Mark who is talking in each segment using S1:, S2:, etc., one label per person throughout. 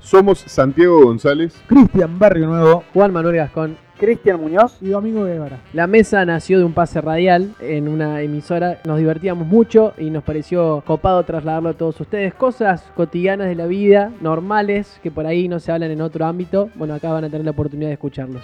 S1: Somos Santiago González.
S2: Cristian Barrio Nuevo.
S3: Juan Manuel Gascón.
S4: Cristian Muñoz.
S5: Y Domingo Guevara.
S3: La mesa nació de un pase radial en una emisora. Nos divertíamos mucho y nos pareció copado trasladarlo a todos ustedes. Cosas cotidianas de la vida, normales, que por ahí no se hablan en otro ámbito. Bueno, acá van a tener la oportunidad de escucharlos.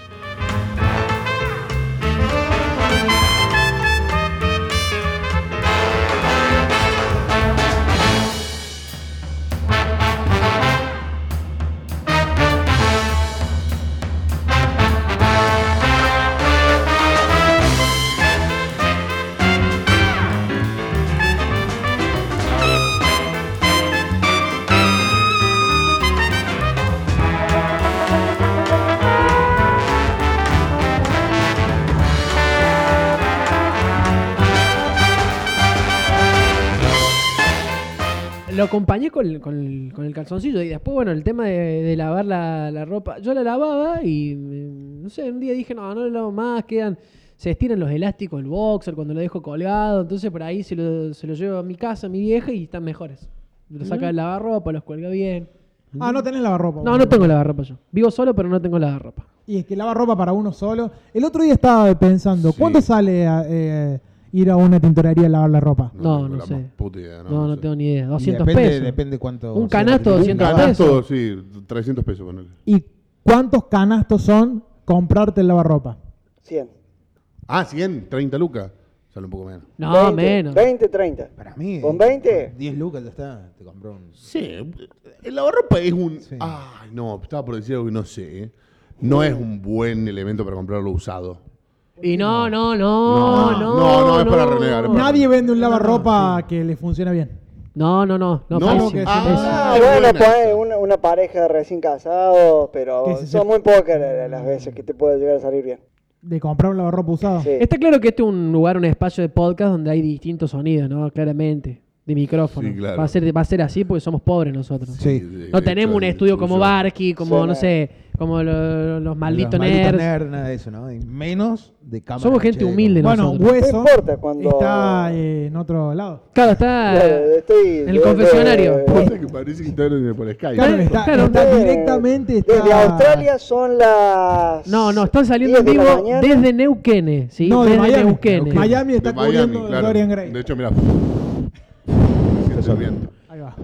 S3: lo acompañé con, con- con el calzoncillo y después, bueno, el tema de, de lavar la, la ropa. Yo la lavaba y, eh, no sé, un día dije, no, no la lavo más, quedan, se estiran los elásticos, el boxer, cuando lo dejo colgado. Entonces, por ahí se lo, se lo llevo a mi casa, a mi vieja, y están mejores. Lo saca del lavarropa, los cuelga bien.
S5: Ah, no tenés lavarropa.
S3: No,
S5: vos.
S3: no tengo lavarropa yo. Vivo solo, pero no tengo lavarropa.
S5: Y es que lavarropa para uno solo. El otro día estaba pensando,
S1: Sí.
S5: ¿cuánto sale a, eh, ir a una tintorería a lavar la ropa?
S3: No,
S1: tengo
S3: no
S1: la
S3: sé.
S1: más puta idea,
S3: No, no,
S1: sé.
S3: tengo ni idea.
S6: Y
S3: 200
S6: depende,
S3: pesos.
S6: Depende cuánto.
S3: Un
S6: sea la
S3: canasto,
S6: película.
S3: 200
S6: Un
S3: pesos.
S1: Canasto, sí, 300 pesos con él.
S5: ¿Y cuántos canastos son comprarte el lavarropa?
S4: 100.
S1: Ah, 100, 30 lucas. Sale un poco menos.
S3: No,
S4: 20,
S3: menos.
S4: 20, 30.
S6: Para mí.
S4: ¿Con 20?
S6: 10 lucas ya está. Te compró un.
S1: Sí, el lavarropa es un.
S6: Sí.
S1: Ay, no, estaba por decir algo que no sé. ¿eh? No es un buen elemento para comprarlo usado.
S3: Y no, no, no, no.
S1: No, no, no, es para renegar, es para-
S5: Nadie vende un lavarropa que le funcione bien.
S3: No, no, no. No,
S1: No,
S3: pésimo,
S5: que-
S3: pésimo.
S1: Ah,
S4: bueno,
S1: buena
S4: poner
S1: esa.
S4: una, una pareja recién casados, pero
S5: Que se
S4: son
S5: sep-
S4: muy pocas la- la- las veces que te puede llegar a salir bien.
S5: De comprar un lavarropa usado.
S4: Sí.
S3: Está claro que este es un lugar, un espacio de podcast donde hay distintos sonidos, ¿no? Claramente, de micrófono.
S1: Sí, claro.
S3: va, a ser, va a ser así porque somos pobres nosotros.
S6: Sí.
S3: No tenemos un
S1: Hecho,
S3: estudio como
S1: distribución.
S3: Barky, como,
S4: Sí,
S3: no
S4: no.
S3: sé, como lo- los malditos
S6: Los
S3: nerds.
S6: malditos nada de eso, ¿no? Y menos de cámara.
S3: Somos gente
S6: che,
S3: humilde,
S6: como-
S5: Bueno,
S3: nosotros.
S5: hueso
S4: No importa cuando-
S5: está eh, en otro lado.
S3: Claro, está
S4: Claro, estoy-
S3: en el confesionario.
S4: eh,
S1: Puta que parece que está en- por Skype.
S5: Claro, está,
S3: claro,
S5: está
S4: Eh,
S5: directamente. Está...
S4: Desde Australia son las.
S3: No, no, están saliendo en
S4: 10 de la
S3: vivo
S4: mañana.
S3: desde Neuquén, eh, ¿sí?
S5: No, de
S3: desde
S5: Miami.
S3: Neuquén. eh.
S5: Miami está
S1: De Miami,
S5: cubriendo
S1: claro.
S5: Dorian Gray.
S1: De hecho, mira. Siento el viento.
S5: Ahí va.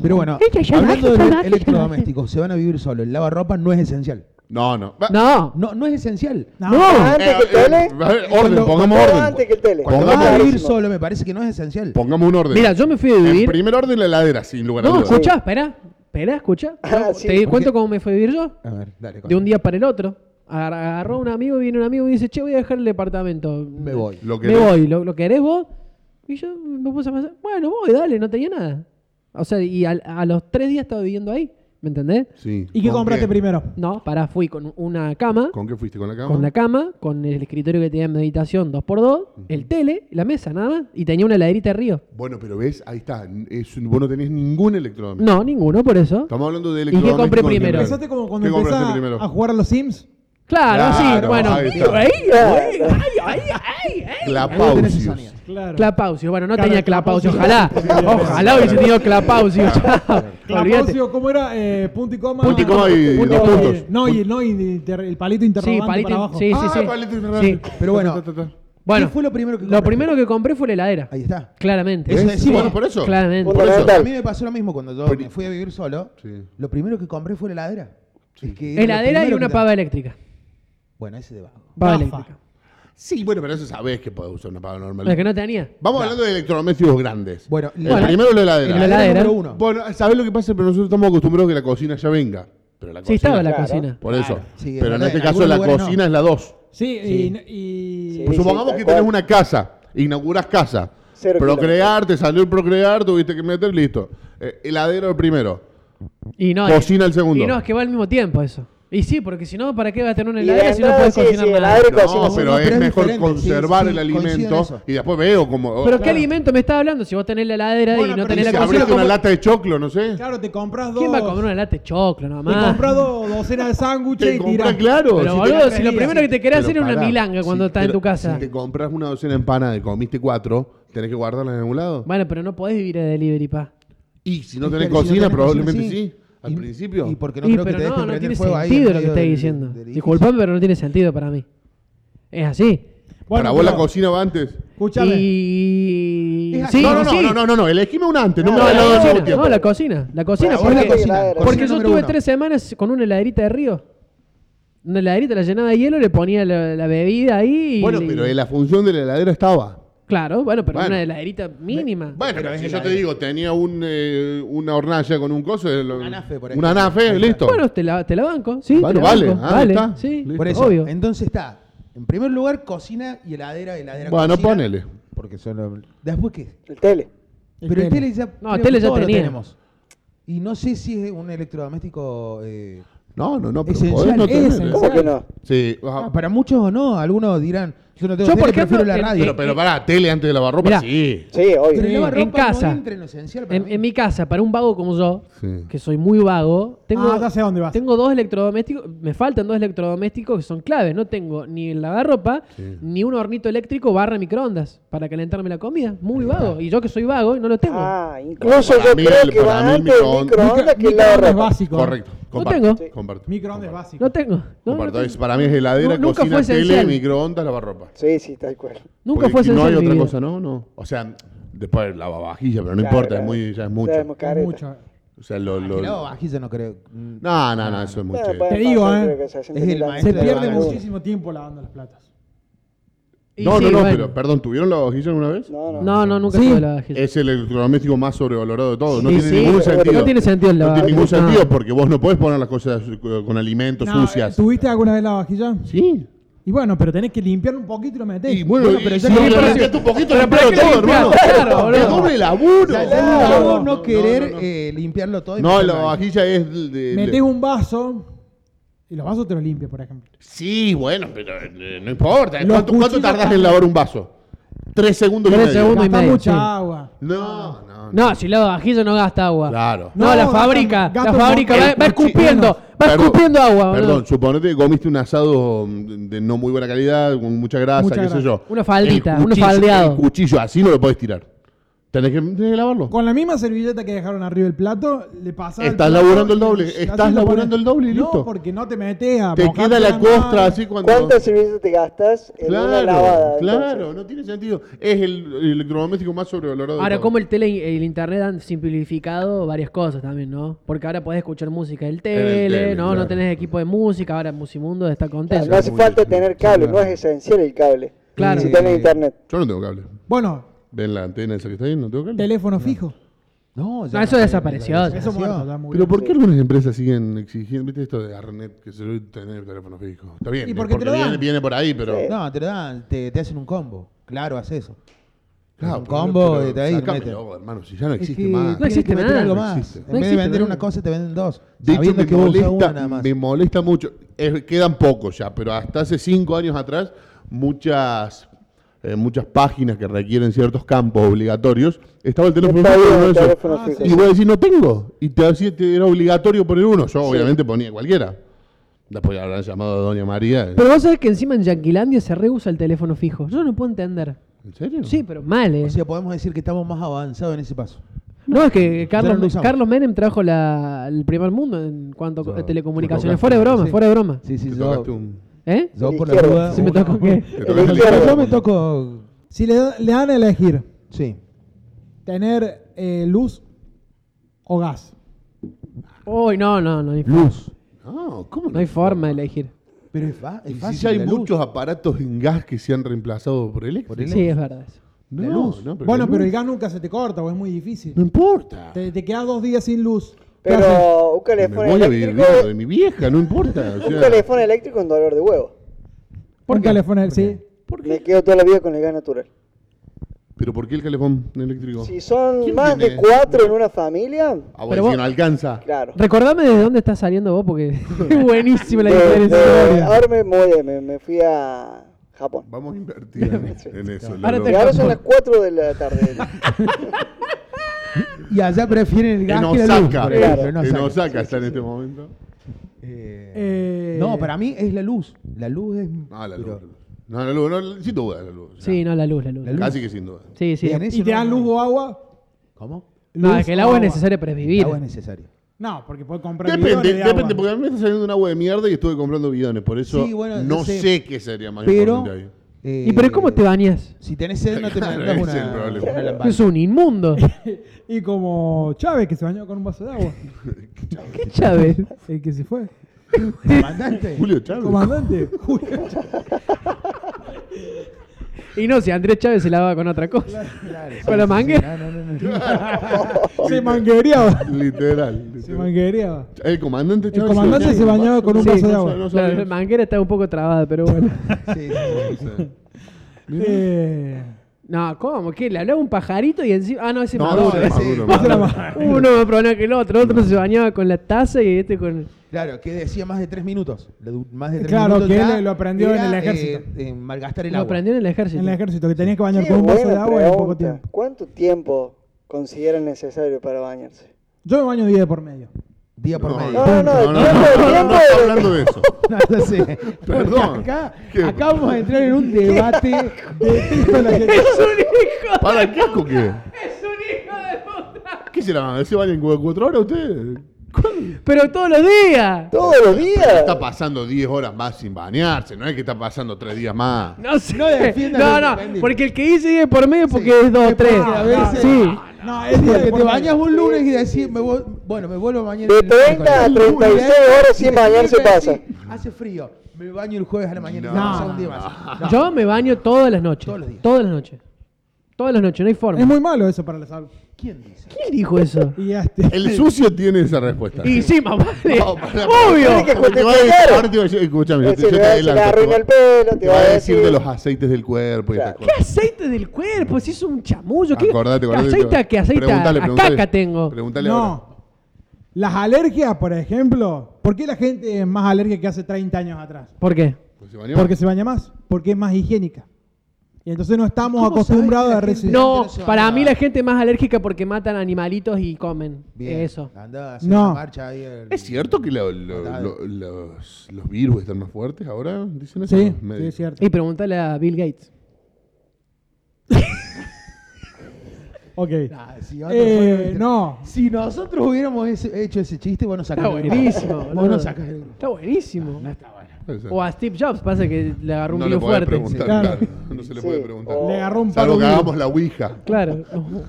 S6: Pero bueno, hablando de los electrodomésticos, se van a vivir solo. El lavarropa no es esencial.
S1: No, no. Va-
S3: No,
S6: No, no es esencial.
S5: No.
S4: Antes
S1: Eh,
S4: que el
S1: eh,
S4: tele.
S1: a ver, orden,
S6: Cuando-
S1: pongamos
S4: Todo
S1: orden.
S4: antes que el tele.
S6: Cuando
S1: Pongamos-
S6: vas a vivir
S4: Clarísimo.
S6: solo, me parece que no es esencial.
S1: Pongamos un orden.
S3: mira, yo me fui a
S1: En
S3: vivir.
S1: primer orden la heladera, sin lugar a
S3: No,
S1: dudas.
S3: escuchá, espera, espera, escuchá.
S4: Ah, sí.
S3: ¿Te di
S6: Porque-
S3: cuenta cómo me fui a vivir yo?
S6: A ver, dale.
S3: de un día para el otro. Agar- Agarró un amigo, viene un amigo y dice, che, voy a dejar el departamento.
S6: Me voy.
S1: Lo que
S3: Me
S1: no-
S3: voy, ¿lo, lo querés vos? Y yo me puse a pensar, bueno, voy, dale, no tenía nada. O sea, y al- a, los tres días estaba viviendo ahí, ¿me entendés?
S1: Sí.
S5: ¿Y qué
S1: ¿Con
S5: compraste primero?
S3: No, pará, fui con una cama, con,
S1: ¿Con qué fuiste? ¿Con la cama?
S3: la cama, con el escritorio que tenía en meditación 2x2, el tele, la mesa, nada más, y tenía una laderita de río.
S1: Bueno, pero ves, ahí está. Es, un- vos no tenés ningún electrodoméstico.
S3: No, ninguno, por eso.
S1: Estamos hablando de
S3: qué compré
S1: electrodoméstico.
S3: primero?
S5: Empezaste como cuando
S1: ¿Qué compraste
S5: empezás
S1: primero?
S5: a jugar a los Sims.
S3: Claro, sí,
S1: Claro,
S3: bueno.
S1: ahí está.
S3: Ay, ay, ay, ay, ay.
S1: Clapausios.
S5: Claro.
S3: Clapaucio, bueno, no
S5: Claro,
S3: tenía Clapaucio,
S5: Clapaucio.
S3: ojalá. Ojalá hubiese tenido Clapaucio, chao. Olvídate.
S5: Clapaucio, ¿cómo era? Eh, punto y coma.
S1: Punto y coma y
S5: Punto
S1: dos
S5: coma.
S1: puntos.
S5: No, y, no, y inter- el palito
S3: Sí,
S5: interrogante para
S3: palito.
S5: abajo.
S3: Sí, sí,
S1: Ah,
S3: sí.
S1: palito interrogante.
S3: Sí.
S6: Pero bueno,
S1: Ta, ta, ta, ta.
S3: Bueno,
S6: ¿Qué fue lo primero que
S3: lo
S6: compraste?
S3: primero que compré fue la heladera.
S6: Ahí está.
S3: Claramente.
S6: Eso
S3: ¿Ves?
S6: decimos.
S1: Bueno, por eso.
S3: Claramente.
S1: Por eso.
S6: A
S4: Fundamental.
S6: mí me pasó lo mismo cuando yo
S1: Pero-
S6: me fui a vivir solo.
S1: Sí.
S6: Lo primero que compré fue la heladera. Es que era lo
S3: Heladera y
S6: primero
S3: una
S6: que-
S3: pava eléctrica.
S6: Bueno, ese debajo.
S3: Pava
S5: Gafa.
S3: eléctrica.
S1: Sí, bueno, pero eso sabés que podés usar una paga normal.
S3: Es que no tenía.
S1: Vamos hablando de electrodomésticos grandes.
S6: Bueno,
S1: el
S6: bueno,
S1: primero la heladera.
S3: La heladera.
S6: número uno.
S1: Bueno, ¿sabés lo que pasa? Pero nosotros estamos acostumbrados a que la cocina ya venga. Pero la
S3: Sí,
S1: cocina.
S3: estaba la
S4: Claro.
S3: cocina.
S1: Por eso.
S6: Claro, sí, es
S1: pero en
S6: verdad,
S1: este
S6: en
S1: caso
S6: algunos
S1: la
S6: lugares no.
S1: cocina es la 2.
S5: Sí, y- y.
S4: Sí.
S1: Pues supongamos
S4: tal
S1: que
S4: cual.
S1: tenés una casa, inaugurás casa,
S4: Cero
S1: procrear, te salió el procrear, tuviste que meter, listo. Eh, heladero el primero.
S3: Y no,
S1: Cocina
S3: y-
S1: el segundo.
S3: Y no, es que va al mismo tiempo eso. Y sí, porque si no, ¿para qué vas a tener una
S4: Y de
S3: heladera si no
S4: entrada,
S3: puedes
S4: sí,
S3: cocinar
S4: sí,
S3: nada?
S4: heladero y
S1: No,
S4: cocina.
S1: pero
S6: no,
S1: es
S6: pero es
S1: mejor
S6: diferente,
S1: conservar
S6: sí,
S1: el
S6: sí, coincido en
S1: alimento
S6: eso.
S1: y después veo como...
S3: Pero ¿qué alimento me estás hablando si vos tenés la heladera
S5: Bueno,
S3: y no
S5: pero
S3: tenés
S5: si
S3: la
S1: abriste
S3: cocina?
S1: una
S3: ¿cómo-
S1: lata de choclo, no sé.
S5: Claro, te compras dos.
S3: ¿Quién va a comer una lata de choclo nomás?
S5: Te compras dos docenas de sándwiches
S1: Te
S5: y tiras.
S1: compras, claro.
S3: Pero
S1: si te-
S3: boludo,
S5: tenés
S3: si lo
S5: tres
S3: primero
S5: días,
S3: que te querés
S1: Pero
S3: hacer es una
S1: pará,
S3: milanga
S1: si-
S3: cuando estás en
S1: pero
S3: tu casa.
S1: Si te compras una docena de empanadas y comiste cuatro, ¿tenés que guardarlas en algún lado?
S3: Bueno, pero no podés vivir de delivery, pa.
S1: Y si no
S6: Y
S1: tenés
S6: claro, si no
S1: cocina,
S6: tenés
S1: probablemente
S6: cocina,
S1: sí. Al
S6: Y-
S1: principio.
S6: Y porque no
S3: Y
S6: creo que
S3: pero
S6: te dejen
S3: no, no
S6: prender
S3: tiene
S6: fuego ahí
S3: sentido
S6: en
S3: lo que
S6: medio
S3: está
S6: del-
S3: diciendo.
S6: del
S3: Disculpame, pero no tiene sentido para mí. Es así.
S1: Para vos la
S5: pero-
S1: cocina va antes.
S5: Escúchame.
S3: Y...
S6: Es así.
S3: Sí,
S1: no, no, no,
S3: sí.
S1: no, no, no, no, elegime una antes, no,
S4: No,
S1: me
S3: la
S1: hagas al mismo
S3: cocina,
S1: tiempo.
S3: no, la cocina. La cocina,
S4: Para
S3: porque,
S4: vos la
S3: porque
S4: cocina,
S3: yo
S6: cocina número
S3: estuve
S6: uno.
S3: tres semanas con una heladerita de río. Una heladerita la llenaba de hielo, le ponía la, la bebida ahí. y
S1: Bueno,
S3: le-
S1: pero en la función de la heladera estaba.
S3: Claro, bueno, pero
S1: Bueno.
S3: una heladerita mínima.
S1: Bueno,
S6: Pero es
S1: si yo te
S6: heladera.
S1: digo, tenía un, eh, una hornalla con un coso. eh, lo-
S6: Un anafe, por
S1: Un
S6: ejemplo.
S1: anafe,
S6: Ahí está.
S1: listo.
S3: Bueno, te la, te la banco, sí.
S1: Bueno,
S3: te la
S1: vale,
S3: banco,
S1: ah,
S3: vale,
S1: está,
S3: sí,
S1: listo.
S6: Por eso,
S3: obvio.
S6: entonces está, en primer lugar, cocina y heladera, heladera,
S1: Bueno,
S6: cocina.
S1: ponele.
S6: Porque son... los- Después, ¿qué?
S4: El tele.
S5: El
S6: Pero el
S5: tele.
S6: tele ya...
S3: No,
S6: creo
S3: el tele
S6: que
S3: ya
S6: todos lo
S3: tenía.
S6: tenemos. Y no sé si es un electrodoméstico... eh,
S1: No, no, no, pero podés
S6: Esencial,
S1: no
S5: es
S1: tener.
S5: esencial.
S4: ¿Cómo que no?
S1: Sí, ajá.
S6: ah, para muchos o no, algunos dirán, yo no tengo
S3: Yo,
S6: tele,
S3: por ejemplo,
S6: prefiero la
S3: en-
S6: radio.
S1: pero, pero pará, tele antes de lavarropa,
S3: Mirá.
S1: sí.
S4: Sí,
S6: Pero
S4: obvio.
S6: el lavarropa
S3: En casa.
S6: No entra en lo esencial para
S3: En,
S6: mí.
S3: en mi casa, para un vago como yo,
S1: Sí.
S3: que soy muy vago, tengo,
S5: Ah, ya sé a dónde vas.
S3: tengo dos electrodomésticos, me faltan dos electrodomésticos que son claves. No tengo ni el lavarropa,
S1: Sí.
S3: ni un hornito eléctrico barra microondas para calentarme la comida. Muy vago. Y yo que soy vago, no lo tengo.
S4: Ah, incluso
S1: Para
S4: yo
S1: mí
S4: creo
S1: el-
S4: que
S1: para
S4: va
S1: mí el
S4: antes el
S1: microondas-
S4: microondas que
S5: Micro-
S4: el lavarropa.
S5: microondas básico.
S1: Correcto. Comparto.
S3: tengo.
S1: Sí. Comparto.
S5: Microondas
S1: Comparto.
S5: básico.
S3: no tengo. No,
S1: Comparto.
S3: no-
S1: Es- para mí es heladera,
S3: Nu- nunca
S1: cocina,
S3: fue
S1: tele,
S3: esencial.
S1: microondas, lavarropa.
S4: Sí, sí, tal cual.
S3: Nunca
S1: Porque
S3: fue
S1: No
S3: esencial
S1: hay
S3: en mi
S1: otra
S3: vida.
S1: cosa, ¿no? No. O sea, después lavavajillas, pero no
S4: Claro,
S1: importa,
S4: claro.
S1: es muy, ya es
S4: Ya es muy
S1: mucho.
S4: careta.
S5: Mucho.
S1: O sea, lo,
S6: Ah,
S1: lo-
S6: que lavavajillas no creo. Mm,
S1: No, no, no, eso es mucho.
S4: Bueno, pueden
S5: Te digo,
S4: pasar,
S5: ¿eh?
S4: creo que 60
S6: Es
S4: mil
S6: el
S4: años.
S5: Se
S6: maestro de
S5: pierde
S6: vagabundo.
S5: muchísimo tiempo lavando las platas.
S3: Y
S1: No,
S3: sí,
S1: no, no,
S3: bueno.
S1: pero perdón, ¿tuvieron lavavajillas alguna vez?
S4: No, no.
S3: No, no, nunca
S5: Sí.
S3: tuve lavavajillas.
S1: Es el electrodoméstico más sobrevalorado de todos. No
S3: Sí,
S1: tiene
S3: sí,
S1: ningún
S4: pero-
S1: sentido.
S3: No tiene sentido el
S1: No tiene ningún
S3: lavavajillas.
S1: sentido porque vos no podés poner las cosas eh, con alimentos
S5: No,
S1: sucias.
S5: ¿Tuviste alguna vez la vajilla?
S1: Sí.
S5: Y bueno, pero tenés que limpiar un poquito y lo metés.
S1: Y bueno,
S5: pero
S1: y
S5: ya
S1: si
S5: no
S1: le
S5: limpias-
S1: metes un poquito
S3: pero
S1: de
S3: ¿para
S1: pelo
S3: qué
S1: todo,
S3: limpias?
S1: hermano.
S3: Claro,
S1: ¡Qué
S3: boludo.
S1: doble laburo!
S6: Ya, ya
S5: Claro.
S6: es un laburo no,
S5: No,
S6: querer
S1: no, no.
S6: eh, limpiarlo todo. y
S1: No, la
S6: meterlo ahí.
S1: vajilla es de, de-
S5: metés un vaso y los vasos te los limpias, por ejemplo.
S1: Sí, bueno, pero eh, no importa.
S5: Los
S1: ¿Cuánto, cuánto
S5: cuchillos
S1: tardás en
S5: también.
S1: lavar un vaso? Tres segundos y
S3: Tres
S1: medio.
S3: segundos. Uno y
S5: Gastás
S3: medio,
S5: mucha
S3: sí.
S5: agua.
S1: No, no,
S3: No, si lavavajillas no gasta agua.
S1: Claro.
S3: No,
S5: No,
S3: la
S5: gasta-
S3: fábrica.
S5: gasta
S3: la
S5: un
S3: fábrica
S5: montón.
S3: va, va
S5: El cuchillo-
S3: escupiendo. Va
S1: Perdón,
S3: escupiendo agua. boludo.
S1: Perdón, suponete que comiste un asado mm, de no muy buena calidad, con mucha grasa,
S5: Mucha
S1: qué sé
S5: grasa.
S1: yo.
S3: Una faldita,
S1: El
S3: uno faldeado.
S1: El cuchillo, así no lo podés tirar. Tenés que, tenés que lavarlo.
S5: Con la misma servilleta que dejaron arriba del plato, le pasás. el
S1: Estás
S5: plato
S1: laburando el
S5: y
S1: doble,
S5: así
S1: estás
S5: lo pones.
S1: laburando el doble y listo.
S5: No, porque no te metes a.
S1: Te
S5: mojarte
S1: queda la costra
S5: mano.
S1: así cuando...
S4: ¿Cuántas servicios te gastas en una
S1: Claro,
S4: lavada?
S1: claro,
S4: entonces?
S1: no tiene sentido. Es el, el electrodoméstico más sobrevalorado. de
S3: Ahora,
S1: todos.
S3: como el tele y el internet han simplificado varias cosas también, ¿no? Porque ahora podés escuchar música del tele,
S1: tele,
S3: ¿no?
S1: claro.
S3: No tenés equipo de música, ahora Musimundo está
S4: Claro,
S3: contento.
S4: No hace
S1: Muy
S4: falta
S1: bien,
S4: tener cable, no es esencial el cable.
S3: Claro.
S4: Si tenés internet.
S1: Yo no tengo cable.
S5: Bueno,
S1: ¿Ven la antena esa que está ahí? No tengo cable.
S5: teléfono fijo.
S6: No, ya
S3: No, Ah, eso
S6: sé,
S3: desapareció,
S6: la
S3: ya.
S5: Eso muerto, ya murió.
S1: Pero ¿por qué algunas empresas siguen exigiendo, viste, esto de Arnet, que se debe tener teléfono fijo? Está bien,
S5: ¿Y
S1: eh,
S5: por qué te lo
S1: viene,
S5: dan?
S1: viene por ahí, pero...
S4: Sí.
S6: No, te lo dan, te, te hacen un combo. Claro, haces eso.
S1: Claro,
S6: un
S1: pero-
S6: combo
S1: pero
S6: de ahí.
S1: sacame
S6: meten.
S1: loco, hermano, si ya no
S6: Es
S1: existe
S6: que
S1: más.
S6: tienen
S3: existe
S6: que meter
S3: más.
S6: algo
S1: No
S6: más.
S1: existe.
S6: En
S3: No
S6: vez de
S3: existe
S6: vender
S3: nada.
S6: una cosa, te venden dos.
S1: De hecho,
S6: sabiendo
S1: me
S6: que vos usás una
S1: molesta,
S6: nada más.
S1: me molesta mucho. Es- quedan pocos ya, pero hasta hace cinco años atrás, muchas eh, muchas páginas que requieren ciertos campos obligatorios, estaba el teléfono
S4: Está
S1: fijo,
S4: bien,
S1: uno de
S4: el
S1: esos.
S4: teléfono fijo,
S1: Y
S4: sí.
S1: voy a decir, no tengo. Y te, hacía- te era obligatorio poner uno. Yo obviamente ponía cualquiera. Después habrán llamado a Doña María.
S3: Pero vos sabés que encima en Yanquilandia se reusa el teléfono fijo. Yo no puedo entender.
S1: ¿En serio?
S3: Sí, pero mal, ¿eh?
S6: O sea, podemos decir que estamos más avanzados en ese paso.
S3: No, es que
S6: no lo
S3: Carlos,
S6: usamos.
S3: Carlos Menem trajo la- el primer mundo en cuanto a
S1: Yo-
S3: telecomunicaciones.
S1: te tocaste,
S3: Fuera de broma,
S6: sí.
S3: fuera de broma.
S6: Sí, sí,
S1: Te
S6: yo,
S1: tocaste un-
S3: ¿Eh?
S6: yo
S4: El
S6: por la
S4: izquierdo.
S6: duda.
S3: Si me
S6: uno-
S3: toco, ¿qué?
S1: te tocaste
S4: El
S1: el-
S4: izquierdo.
S6: Yo me toco.
S5: Si le, da- le dan a elegir
S6: Sí.
S5: tener eh, luz o gas.
S3: Uy, no, no, no hay,
S6: Luz.
S1: No, ¿cómo
S3: no hay forma de elegir.
S6: Pero es, fa- es
S1: Y
S6: fácil.
S1: si ya hay
S6: la luz.
S1: muchos aparatos en gas que se han reemplazado por eléctrico.
S6: Por el-
S3: Sí, es verdad. eso.
S1: No,
S6: La luz.
S1: no,
S5: bueno,
S1: la
S5: pero el
S1: luz-
S5: gas nunca se te corta o es muy difícil.
S1: No importa.
S5: Te, te quedas dos días sin luz. ¿Qué haces?
S4: Pero un
S1: Me
S4: teléfono
S1: voy a vivir
S4: eléctrico.
S1: lo de mi vieja, no importa. o
S4: Un
S1: sea,
S4: teléfono eléctrico es dolor de huevo.
S5: un teléfono, sí.
S4: Me quedo toda la vida con el gas natural.
S1: pero ¿por qué el calefón eléctrico?
S4: Si son
S1: ¿Quién
S4: más
S1: tiene?
S4: de cuatro en una familia,
S1: Ah, bueno,
S3: Pero
S1: si
S3: vos-
S1: no alcanza.
S4: claro.
S3: Recordame de dónde estás saliendo vos, porque es buenísima la
S4: De- de-
S3: diferencia.
S4: ahora me mudé, me, me fui a Japón.
S1: Vamos a invertir en, en eso.
S3: Ahora
S1: Lolo.
S3: te-
S4: Y ahora son las 4 de la tarde.
S6: Y allá prefieren el gas
S1: En
S6: que la luz.
S1: Osaka.
S6: por ejemplo,
S1: En
S6: en Osaka.
S1: Osaka está en este momento.
S6: Eh,
S5: Eh,
S6: No, para mí es la luz. La luz es.
S1: No, Ah, la
S6: pero-
S1: luz. No, la luz, no, sin duda la luz.
S3: Sí, no, la luz, la luz.
S6: La luz.
S1: Casi que sin duda.
S3: Sí, sí.
S6: Bien, ¿eh?
S5: ¿Y te dan luz o agua?
S6: ¿Cómo?
S3: No,
S5: luz
S3: es que el
S5: o
S3: agua es necesaria para
S6: El
S3: vivir.
S6: agua es necesaria.
S5: No, porque puede comprar
S1: Depende,
S5: bidones de
S1: depende,
S5: agua.
S1: porque a mí me está saliendo una agua de mierda y estuve comprando bidones, por eso
S6: Sí, bueno,
S1: no
S6: ese-
S1: sé qué sería más
S6: Pero.
S1: importante ahí.
S6: eh,
S3: ¿Y pero cómo te bañas?
S6: Si tenés sed, no te
S1: Claro,
S6: mandás
S1: ese
S6: una.
S1: es el problema.
S6: una lampada.
S3: Es un inmundo.
S5: Y como Chávez que se bañó con un vaso de agua.
S3: ¿Qué Chávez?
S5: el que se fue.
S6: Comandante.
S1: Julio Chávez.
S5: Comandante. Julio Chávez.
S3: Y no, si Andrés Chávez se lavaba con otra cosa.
S6: Claro, sí,
S3: Con la
S6: sí,
S3: manguera.
S6: sí, no, no, no, no.
S5: se manguereaba.
S1: Literal.
S5: Se
S1: literal.
S5: manguereaba.
S1: El comandante
S5: El comandante se bañaba con un
S3: Sí.
S5: vaso de agua.
S1: No
S3: La,
S1: sabía.
S3: la manguera está un poco trabada, pero bueno.
S6: Sí, sí, sí.
S5: Eh,
S3: No, ¿cómo? ¿Qué? ¿Le hablaba un pajarito y encima.? Ah, no, ese
S1: No,
S3: Maduro.
S1: no, ese
S3: ese-
S1: Maduro,
S5: Ese era
S1: Maduro.
S5: más-
S3: Uno más problema que el otro. El otro se bañaba con la taza y este con.
S6: Claro, que decía más de tres minutos. Le du- Más de tres
S5: Claro,
S6: minutos
S5: que
S6: ya
S5: él lo aprendió
S6: era,
S5: en el ejército.
S6: eh, eh, malgastar el
S3: Lo
S6: agua.
S3: aprendió en el ejército.
S5: en el ejército, que tenías que bañar
S4: Qué
S5: con un vaso de
S4: buena
S5: agua en poco
S4: pregunta.
S5: tiempo.
S4: ¿Cuánto tiempo consideran necesario para bañarse?
S5: Yo me baño 10 por medio.
S6: Día por medio.
S4: no, no,
S1: no, no,
S4: tiempo,
S1: no, no,
S4: tiempo
S1: no está
S4: de-
S1: hablando de eso.
S6: No, no sé.
S1: Perdón.
S5: Acá,
S1: ¿Qué?
S5: acá vamos a entrar en un debate de la gente.
S3: ¡Es un hijo!
S1: ¿Para qué asco que es?
S3: ¡Es un hijo de puta!
S1: ¿Qué se la ¿Se bañan cu- cuatro horas ustedes? ¿Cuál?
S3: Pero todos los días.
S4: Todos los días.
S1: Está pasando 10 horas más sin bañarse, no es que está pasando 3 días más.
S3: No sé.
S5: No defiendas
S3: No,
S5: lo
S3: no,
S5: defendido.
S3: porque el que dice 10 por medio es porque es 2 o 3.
S5: porque a veces-
S3: Sí.
S5: No, es
S6: Es
S5: día
S6: porque
S5: por
S6: te
S5: medio.
S6: bañas un lunes y decís, me voy- bueno, me vuelvo mañana.
S4: De 30 a 36 horas sin bañarse pasa.
S6: Hace frío, me baño el jueves a la mañana.
S1: No,
S6: No, pasa un
S5: no,
S6: día
S1: no.
S6: más.
S3: Yo me baño todas las noches.
S6: Todos los días.
S3: Todas las noches. Todas las noches, no hay forma.
S5: Es muy malo eso para la salud.
S6: ¿Quién dice?
S3: ¿Quién dijo eso?
S5: Y este-
S1: El sucio tiene esa respuesta.
S3: y sí, más vale.
S1: No, para-
S3: Obvio.
S4: que
S1: Porque te va a decir-
S4: justificar.
S1: ahora te va a decir- escúchame, yo
S4: Se
S1: te, yo
S4: le
S1: te
S4: va- se le
S1: adelanto,
S4: arruina
S1: te
S4: el
S1: va-
S4: pelo,
S1: te va a decir de los aceites del cuerpo y
S4: Claro.
S1: estas
S3: ¿Qué
S1: cosas.
S3: aceite del cuerpo? Si es un chamullo. ¿Qué
S1: Acordate,
S3: ¿Qué
S1: acordate.
S3: aceite? a- ¿Qué aceite? a-
S1: Preguntale,
S3: a
S1: preguntale.
S3: caca tengo.
S1: Preguntale ahora.
S5: No. Las alergias, por ejemplo, ¿por qué la gente es más alérgica que hace 30 años atrás?
S3: ¿Por qué?
S1: ¿Se bañó?
S5: Porque se baña más, porque es más higiénica. Y entonces no estamos
S6: ¿Cómo sabes
S5: acostumbrados
S6: que la
S5: a recibir.
S6: gente
S3: No,
S6: no se
S3: para
S6: baña.
S3: mí la gente es más alérgica porque matan animalitos y comen. Eso.
S6: Andá a hacer
S5: No.
S6: una marcha ahí. al-
S1: ¿Es cierto que lo- lo-
S6: Total.
S1: lo- los, los virus están más fuertes ahora? ¿Dicen eso?
S5: Sí,
S1: Me-
S5: sí, es cierto.
S6: Eh,
S3: Y pregúntale a Bill Gates.
S5: Ok.
S6: Ah, si otro
S5: Eh,
S6: fuera-
S5: no.
S6: Si nosotros hubiéramos ese- hecho ese chiste, vos no sacás
S3: Está
S6: el grupo.
S3: buenísimo.
S6: Vos
S3: boludo.
S6: no sacás el grupo.
S3: Está buenísimo.
S1: Puede ser.
S3: O a Steve Jobs, pasa que le agarró un
S1: no
S3: virus
S1: le podés
S3: fuerte.
S1: preguntar,
S5: Claro.
S1: claro, No se le
S4: Sí.
S1: puede preguntar.
S4: O-
S5: Le agarró un palo
S1: Salvo que
S5: duro.
S1: hagamos la ouija.
S3: Claro. No.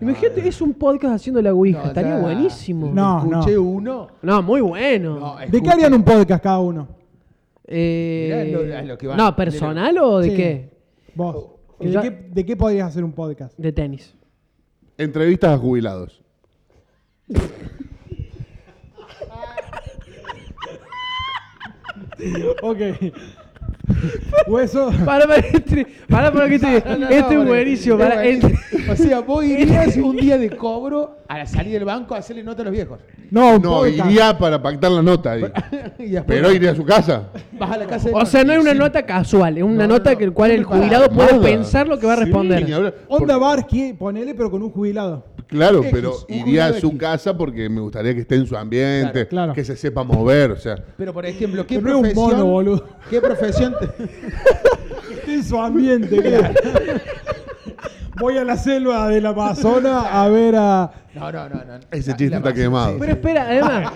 S3: Imagínate, es un podcast haciendo la Ouija.
S6: No,
S3: Estaría
S6: ya.
S3: buenísimo.
S5: No.
S6: Escuché uno.
S3: No, muy bueno.
S6: No,
S5: ¿De qué
S6: escuché-
S5: harían un podcast cada uno?
S3: Eh,
S6: Mirá lo- a lo que va.
S3: no, personal o de
S5: Sí.
S3: qué?
S5: Vos.
S6: Oh,
S3: Que
S5: ¿De
S3: ya-
S5: qué, de qué podrías hacer un podcast?
S3: De tenis.
S1: Entrevistas a jubilados.
S5: Ok. Hueso.
S3: Para, para, este, para, para que este,
S6: No, no, no,
S3: este es
S6: porque-
S3: buenísimo.
S6: es
S3: Para, este,
S6: buenísimo.
S3: entre-
S6: O sea, vos irías un día de cobro a la salida del banco a hacerle nota a los viejos.
S5: No, un
S1: No,
S5: podcast.
S1: iría para pactar la nota. ahí.
S6: Y después
S1: Pero iría a su casa.
S6: vas a la casa de
S3: o sea, no es una
S6: Sí.
S3: nota casual, es
S6: No,
S3: una
S6: no,
S3: nota
S6: no.
S3: que el cual el
S6: Preparada,
S3: jubilado puede
S1: armada.
S3: pensar lo que va a
S1: Sí,
S3: responder.
S1: ni hablar.
S5: Onda
S1: Porque-
S5: Barqui, ponele, pero con un jubilado.
S1: Claro,
S6: X,
S1: pero
S6: un
S1: iría a
S6: jubilado
S1: su
S6: X.
S1: casa porque me gustaría que esté en su ambiente,
S5: Claro, claro.
S1: que se sepa mover, o sea.
S6: Pero por ejemplo, ¿qué
S5: Pero no es un
S6: profesión?
S5: mono, boludo.
S6: ¿Qué profesión? te-
S5: En su ambiente, claro. Voy a la selva del Amazonas a ver a.
S6: No, no, no, no.
S1: Ese
S6: La-
S1: chiste
S6: la
S1: está
S6: base-
S1: quemado.
S6: sí,
S3: Pero espera, además,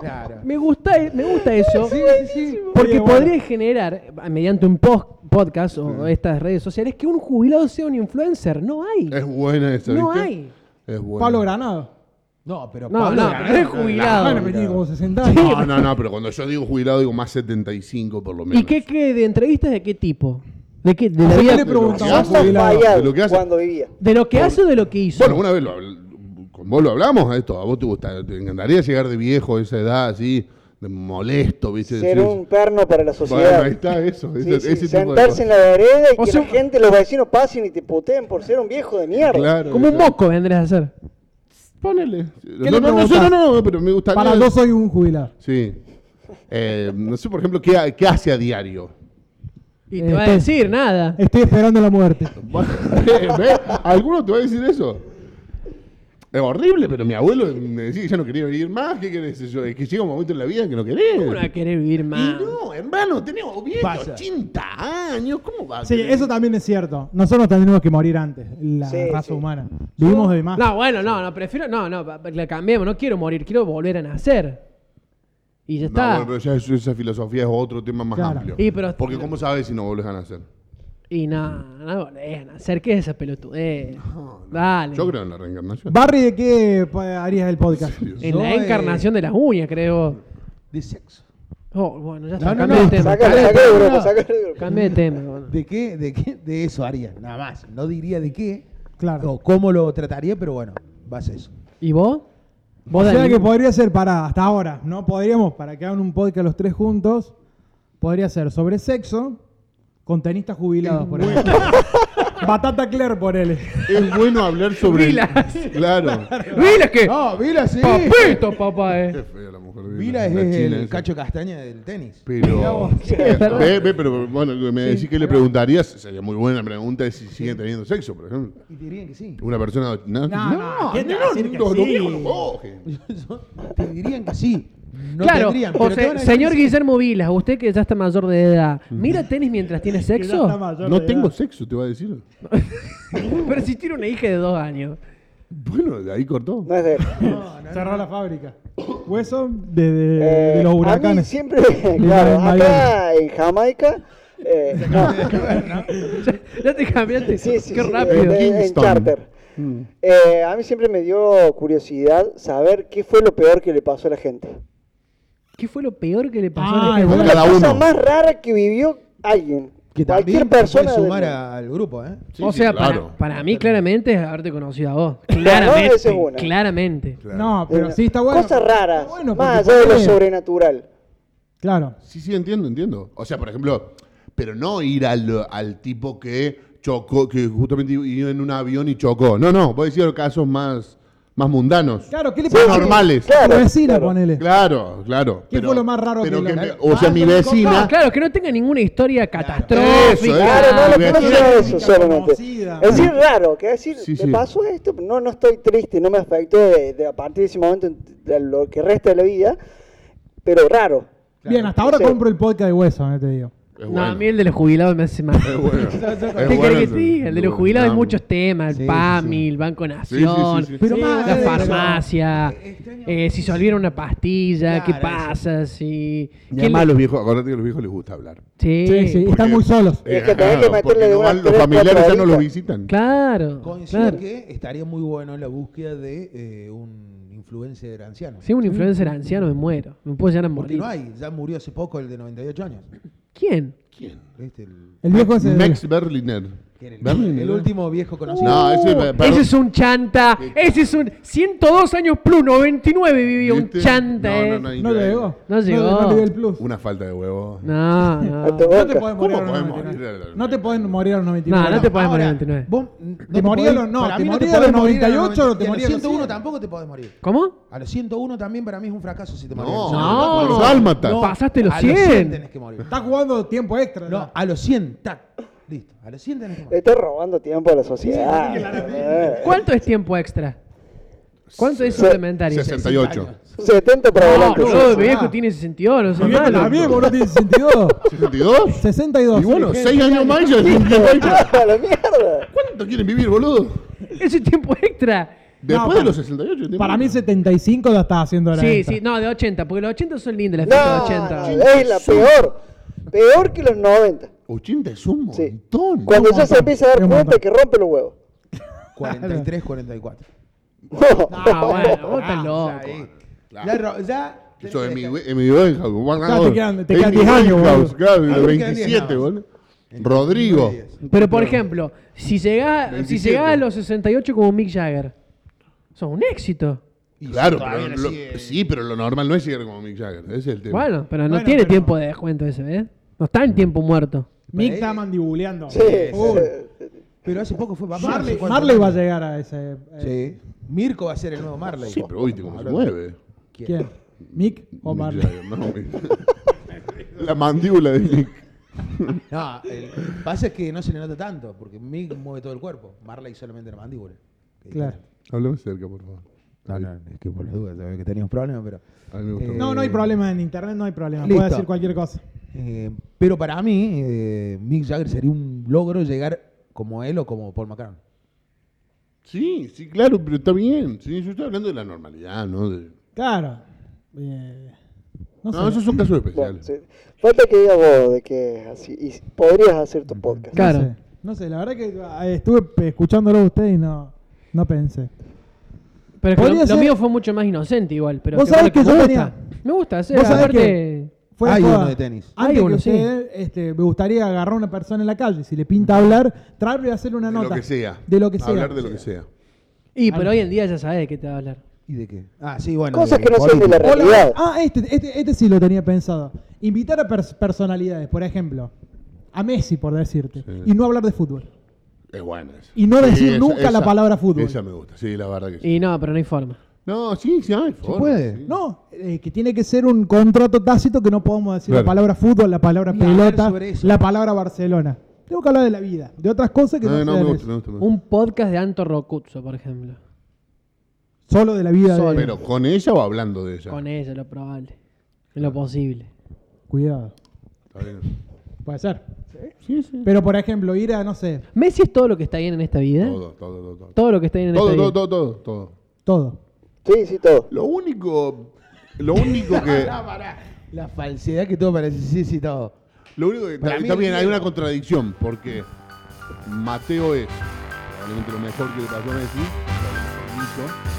S6: claro.
S3: me gusta, me gusta eso. Porque
S5: Oye, bueno.
S3: podría generar, eh, mediante un pos- podcast o estas redes sociales, que un jubilado sea un influencer. No hay.
S1: Es buena esa,
S3: No
S1: ¿viste?
S3: hay.
S1: Es buena.
S5: Pablo Granado.
S6: No, pero
S3: No,
S6: Pablo
S3: no,
S6: Granado-
S3: pero es jubilado.
S5: Bueno, pero tiene como 60 años.
S1: No, no, no, pero cuando yo digo jubilado digo más 75 por lo menos.
S3: ¿Y qué, qué de entrevistas de qué tipo? ¿De qué? ¿De la
S5: ¿Por qué
S3: vida?
S5: le preguntamos a un
S4: ¿Cuánto
S5: jubilado?
S1: De lo que
S4: Oh. fallado
S1: hace-
S4: cuando vivía?
S3: ¿De lo que hace o de lo que hizo?
S1: Bueno, una vez lo habl- con vos lo hablamos a esto. A vos te, gusta, te encantaría llegar de viejo a esa edad así, de molesto, ¿viste?
S4: Ser
S1: Sí,
S4: un perno para la
S1: Bueno,
S4: sociedad.
S1: ahí está eso.
S4: Sí,
S1: ese-
S4: sí,
S1: ese tipo de
S4: Sentarse en
S1: cosas.
S4: la vereda y
S3: O
S4: que
S3: sea-
S4: la gente, los vecinos pasen y te puteen por ser un viejo de mierda.
S1: Claro,
S3: Como un
S1: ¿viste?
S3: moco vendrías a hacer.
S1: Ponele.
S5: le
S1: No, no, no,
S5: preguntás?
S1: no, no, no, pero me gustaría.
S5: Para yo soy un jubilado.
S1: Sí. Eh, no sé, por ejemplo, ¿qué, ha- qué hace a diario?
S3: Y
S5: Eh,
S3: te va a
S5: te-
S3: decir nada.
S1: eh.
S5: Estoy esperando la muerte.
S1: Bueno, ¿Ves? ¿Alguno te va a decir eso? Es horrible, pero mi abuelo me decía que ya no quería vivir más. ¿Qué querés? Yo, es que llega un momento en la vida que no querés.
S3: ¿Cómo no va a querer vivir más?
S1: Y no, hermano, tenemos bien
S5: Pasa.
S1: 80 años. ¿Cómo va? a
S5: Sí,
S1: querer?
S5: eso también es cierto. Nosotros tenemos que morir antes, la
S4: Sí,
S5: raza
S4: sí.
S5: humana. Vivimos de más.
S3: No, bueno, no, no, prefiero. No, no, pa- pa- la cambiemos. No quiero morir, quiero volver a nacer. Y ya
S1: No,
S3: está.
S1: bueno, pero ya eso- esa filosofía es otro tema más
S5: Claro.
S1: amplio.
S3: Y, pero-
S1: Porque ¿cómo sabes si no volvés a nacer?
S3: Y nada, no volvés a nacer. ¿Qué es esa pelotudez? Dale.
S1: Yo creo en la reencarnación.
S5: Barry, ¿de qué pa- harías el podcast?
S3: En
S6: Yo,
S3: la
S6: eh,
S3: encarnación de las uñas, creo.
S6: De sexo.
S3: Oh, bueno, ya
S6: No,
S3: está.
S6: no,
S3: cambia
S6: no,
S3: de tema.
S4: Saca,
S3: cambia de
S4: saca
S3: tema.
S4: el grupo, saca el grupo.
S3: Cambia de tema. bueno.
S6: ¿De qué? ¿De qué? De eso haría, nada más. No diría de qué.
S5: Claro.
S6: O cómo lo trataría, pero bueno, va a ser eso.
S3: ¿Y vos?
S5: O
S3: ¿Vos
S5: sea
S3: Dani?
S5: que podría ser para hasta ahora, ¿no? Podríamos, para que hagan un podcast los tres juntos, podría ser sobre sexo, con tenistas jubilados, por ejemplo. Batata Claire, por él.
S1: Es bueno hablar sobre.
S3: Vilas.
S1: Claro.
S3: ¡Mira que!
S6: No, Vila sí.
S3: ¡Papito, papá! eh!
S1: Qué fea la mujer. Vila.
S6: Vila es
S1: La china
S6: el
S1: esa.
S6: cacho castaña del tenis.
S1: Pero.
S3: verdad.
S1: Ve, ve, pero bueno, me decís que le preguntarías. Sería muy buena pregunta es si siguen teniendo sexo, por ejemplo.
S6: Y te dirían que sí.
S1: Una persona. No,
S5: no, ¿quién te va a decir que
S1: no,
S5: sí?
S1: lo mismo no coge.
S6: te dirían que sí. No
S3: claro,
S6: tendrían,
S3: o
S6: pero te
S3: sea,
S6: van a decir
S3: señor
S6: que sí.
S3: Guillermo Vilas, usted que ya está mayor de edad, ¿mira tenis mientras tiene sexo?
S1: No tengo sexo, te va a decir.
S3: Pero si tiene una hija de dos años.
S1: Bueno, de ahí cortó.
S4: No es de él.
S5: Eh, Cerrar la fábrica. Hueso de, de- de
S4: Eh,
S5: los
S4: A mí
S5: huracanes.
S4: siempre,
S5: Claro,
S4: claro,
S5: Mariana.
S4: acá en Jamaica. eh, no,
S3: Ya te cambiaste.
S4: sí, sí,
S3: Qué
S4: sí,
S3: rápido.
S4: eh, En, en
S1: Kingston. Mm.
S4: charter. Eh, a mí siempre me dio curiosidad saber qué fue lo peor que le pasó a la gente.
S3: ¿Qué fue lo peor que le pasó este a
S5: Ay,
S3: la gente?
S5: bueno.
S1: Cada
S4: La cosa
S1: uno.
S4: más rara que vivió alguien.
S6: Que
S4: cualquier
S6: también
S4: persona.
S6: persona sumar
S4: del-
S6: a- al grupo, ¿eh?
S1: Sí,
S3: o
S1: sí,
S3: sea,
S1: claro.
S3: para, para mí claramente es haberte conocido a vos.
S4: No,
S3: Claramente.
S4: esa es una.
S3: claramente.
S1: Claro.
S5: No, pero sí está bueno.
S4: Cosas raras.
S5: Está bueno
S4: más
S5: porque
S4: allá de lo
S5: puede-
S4: sobrenatural.
S5: Claro.
S1: Sí, sí, entiendo, entiendo. O sea, por ejemplo, pero no ir al, al tipo que chocó, que justamente iba en un avión y chocó. No, no, voy a decir casos más, más mundanos.
S5: Claro, ¿qué le
S1: Más
S5: pasa?
S1: normales.
S5: a tu
S1: Claro,
S4: Claro,
S5: vecina,
S4: claro.
S5: ponele?
S1: claro.
S5: ¿Qué
S1: Pero-
S5: fue lo más raro
S1: pero
S5: que
S1: que
S5: la-
S1: me- O sea, mi
S5: Ah,
S1: vecina.
S3: No, claro, que no tenga ninguna historia
S1: Eso,
S3: catastrófica.
S1: eh.
S4: Claro, no, lo que no
S1: Porque
S4: sea
S5: tiene
S4: eso
S5: pinta
S4: solamente.
S5: conocida.
S4: Es decir, raro, que decir,
S1: Sí,
S4: me
S1: sí.
S4: pasó esto, pero no, no estoy triste, no me afectó de, de- a partir de ese momento, de lo que resta de la vida, pero raro.
S5: Bien, hasta ahora
S4: Sí.
S5: compro el podcast de Hueso, eh, te digo.
S1: Es
S3: No,
S1: bueno.
S3: a mí el de los jubilados me hace mal.
S1: Es bueno.
S3: ¿Qué
S1: Es
S3: querés
S1: bueno
S3: que
S1: ese-
S3: te diga? El de los
S1: bueno,
S3: jubilados hay
S1: amo.
S3: muchos temas, el
S6: Sí, sí,
S3: PAMI,
S6: sí.
S3: el Banco Nación,
S1: Sí, sí, sí, sí.
S5: Pero más
S3: la
S5: allá de eso,
S3: farmacia, eh, si se olvida una pastilla,
S6: Claro,
S3: qué
S6: eso.
S3: pasa, si...
S1: Y
S3: ¿Quién
S1: además a
S3: le-
S1: los viejos, acordate que a los viejos les gusta hablar.
S3: Sí,
S5: Sí, sí, están
S1: porque-
S5: muy solos.
S4: Es que tenés que
S1: claro,
S4: meterle
S1: porque no
S4: unas
S1: van- los
S4: tres,
S1: familiares ya
S4: cuatro
S1: no los
S4: horitas.
S1: visitan.
S3: Claro,
S6: Coincido
S3: claro.
S6: que estaría muy bueno la búsqueda de eh, un influencer anciano.
S3: Si un influencer anciano me muero, me puedo llegar a
S6: Porque
S3: morir.
S6: no hay, ya murió hace poco el de 98 años.
S3: ¿Quién?
S1: ¿Quién?
S6: Este, el,
S5: El viejo ese.
S1: Max Berliner.
S6: que era el-
S1: Berliner.
S6: el último viejo conocido.
S1: No, ese,
S3: Ese es un chanta, ese es un... 102 años plus, 99 vivió un
S1: ¿Viste?
S3: chanta, eh.
S1: no,
S5: No
S1: increíble.
S5: llegó.
S3: No llegó.
S5: No, le dio el plus.
S1: Una falta de huevo.
S3: No, Ah. no.
S4: Hasta
S5: No te
S4: boca.
S5: puedes morir a
S1: ¿Cómo
S5: los
S1: podés morir
S5: 99.
S1: a los
S5: No te pueden morir a los 99.
S3: No, no te podés morir a
S6: Ahora,
S3: los 99.
S6: Vos, n- no
S5: Te morí a
S6: podés-
S5: los- no,
S6: para
S5: te
S6: mí
S5: morí
S6: podés
S5: a los
S6: morir
S5: 98 o te
S6: y a
S5: morí a
S6: los
S5: los
S6: 101
S5: 100.
S6: tampoco te podés morir.
S3: ¿Cómo?
S6: A los 101 también para mí es un fracaso si te morís.
S1: No,
S3: No,
S1: no, dálmata.
S3: pasaste los
S6: a los
S3: 100.
S6: tenés que morir.
S5: Estás jugando tiempo extra.
S6: No,
S5: ¿no?
S6: a los 100, tac. Listo, a los 100 tenés que
S4: Le
S6: morir.
S4: está robando tiempo a la sociedad. Eh,
S3: ¿Cuánto es tiempo extra? ¿Cuánto es
S1: Se-
S3: suplementario?
S1: 68.
S4: 70 para
S3: No,
S4: adelante.
S3: boludo, el
S5: sí.
S3: viejo tiene 62, no son
S5: Bien,
S3: malos.
S5: también, boludo, tiene 62.
S1: ¿62?
S5: 62.
S1: Y bueno,
S5: Sí,
S1: 6 años más y ya dicen que hay-
S4: ¡A la mierda!
S1: ¿Cuánto quieren vivir, boludo?
S3: Ese tiempo extra.
S1: Después
S5: para-
S1: de los 68. tienen-
S5: Para mí 75 ya está haciendo la
S3: Sí,
S5: venta.
S3: sí, no, de 80, porque los 80 son lindos, las fiestas de
S4: No,
S3: 80.
S4: no, es la peor. Peor que los 90.
S1: 80 es un
S4: Sí.
S1: montón.
S4: Cuando
S5: un
S4: ya se
S5: montón,
S4: empieza a
S5: es
S4: dar
S5: un
S4: cuenta
S5: montón.
S4: que rompe los huevos.
S6: 43, 44.
S3: Ah, bueno, vos estás loco.
S1: Claro.
S6: Ya, ro- ya
S1: Eso
S6: tenés
S1: de
S6: que
S1: mi,
S6: dejar.
S1: de mi Wenhouse. Juan
S5: Claro,
S1: Raúl.
S5: te quedan- te
S1: Es
S5: quedan
S1: mi
S5: 10 años,
S1: Wenhouse,
S5: boludo.
S1: claro, de
S6: Ahora te quedan 10
S1: 27,
S6: nada más.
S1: boludo. Rodrigo.
S3: Pero por ejemplo, si llegás, si
S1: 27.
S3: llegás a los 68 como Mick Jagger, son un éxito.
S6: Y
S1: Claro,
S6: todavía
S1: pero
S6: no
S1: lo-
S6: sigue.
S1: sí, pero lo normal no es llegar como Mick Jagger. Ese es el tema.
S3: Bueno, pero no
S5: Bueno,
S3: tiene
S5: pero-
S3: tiempo de descuento ese, ¿ves? No está en tiempo muerto.
S5: Mick está mandibuleando.
S4: Sí, sí,
S5: Uy.
S4: sí.
S6: Pero hace poco fue papá.
S5: Marley, Marley va a llegar a ese. eh,
S6: Sí. Mirko va a ser el nuevo Marley.
S1: Sí, pero viste cómo se mueve.
S5: ¿Quién? ¿Mick o
S1: Mick
S5: Marley?
S1: Jagger, no, Mick. La mandíbula de Mick.
S6: No, el pasa es que no se le nota tanto, porque Mick mueve todo el cuerpo. Marley solamente la mandíbula.
S5: Claro.
S1: Háblame cerca, por favor.
S6: No, no, es que por las dudas, sabía que teníamos problemas, pero.
S1: A mí me gustó.
S6: Eh,
S5: No, no hay problema en internet, no hay problema.
S6: Listo.
S5: Puede decir cualquier cosa.
S6: eh, pero para mí, eh, Mick Jagger sería un logro llegar como él o como Paul McCartney.
S1: Sí, sí, claro, pero está bien. Sí, yo estoy hablando de la normalidad, ¿no? De-
S5: Claro. Eh, no,
S1: No,
S5: sé.
S1: esos son casos
S4: Bueno,
S1: especiales.
S4: sí. Falta que digas vos de que es así. Y podrías hacer tu podcast.
S5: No
S3: Claro.
S5: sé, No sé, la verdad que ah, estuve pe- escuchándolo a ustedes y no, no pensé.
S3: Pero es que
S5: Podría
S3: lo, lo
S5: ser-
S3: mío fue mucho más inocente igual. Pero
S5: Vos
S3: te-
S5: sabés que
S3: me
S5: yo
S3: gusta.
S5: tenía-
S3: Me gusta, o sea,
S5: Vos sabés
S3: aparte...
S5: que- Fue
S6: Hay
S5: joda.
S6: uno de tenis.
S5: Antes
S3: Hay
S5: que
S3: uno, sí.
S5: ustedes, este, me gustaría agarrar a una persona en la calle, si le pinta hablar, traerle y hacerle una
S1: De
S5: nota.
S1: lo que sea.
S5: De lo que sea.
S1: Hablar de lo que sea.
S3: Y, pero hoy en día ya sabes de qué te va a hablar.
S6: ¿Y de qué? Ah, sí, bueno.
S4: Cosas que no son de
S6: política.
S4: la
S5: O la-
S4: realidad.
S5: ah, este, este, este sí lo tenía pensado. Invitar a pers- personalidades, por ejemplo, a Messi, por decirte,
S1: Sí.
S5: y no hablar de fútbol.
S1: Es buena esa.
S5: Y no decir
S1: esa-
S5: nunca la
S1: esa-
S5: palabra fútbol.
S1: Esa me gusta, sí, la verdad que sí.
S3: Y no, pero no hay forma.
S1: No, sí, sí, hay forma,
S6: puede.
S1: sí.
S5: No, eh, que tiene que ser un contrato tácito que no podemos decir
S1: Claro.
S5: la palabra fútbol, la palabra
S6: Ni hablar
S5: pelota,
S6: sobre eso.
S5: la palabra Barcelona. Tengo que hablar de la vida, de otras cosas que
S1: No,
S5: no,
S1: no,
S5: sean
S1: me gusta,
S5: eso.
S1: me gusta, me gusta.
S3: Un podcast de Anto Rocuzzo, por ejemplo.
S5: Solo de la vida.
S3: Solo.
S5: de-
S1: Pero con ella o hablando de ella.
S3: Con ella, lo probable. Lo posible.
S5: Cuidado,
S1: Está bien.
S5: puede ser.
S1: Sí, sí.
S5: Pero por ejemplo, ir a, no sé,
S3: Messi es todo lo que está bien en esta vida. Todo,
S1: Todo, todo, todo, todo.
S3: lo que está bien en este
S1: Todo,
S3: esta
S1: todo,
S3: vida.
S1: todo, todo, todo.
S5: todo.
S4: Sí, sí, todo.
S1: Lo único, lo único que,
S6: La falsedad que todo parece. Sí, sí, todo.
S1: lo único que
S6: Para
S1: está,
S6: mí
S1: está
S6: el
S1: bien, hay
S6: Diego.
S1: una contradicción porque Mateo es probablemente lo mejor que le pasó a Messi, lo hizo,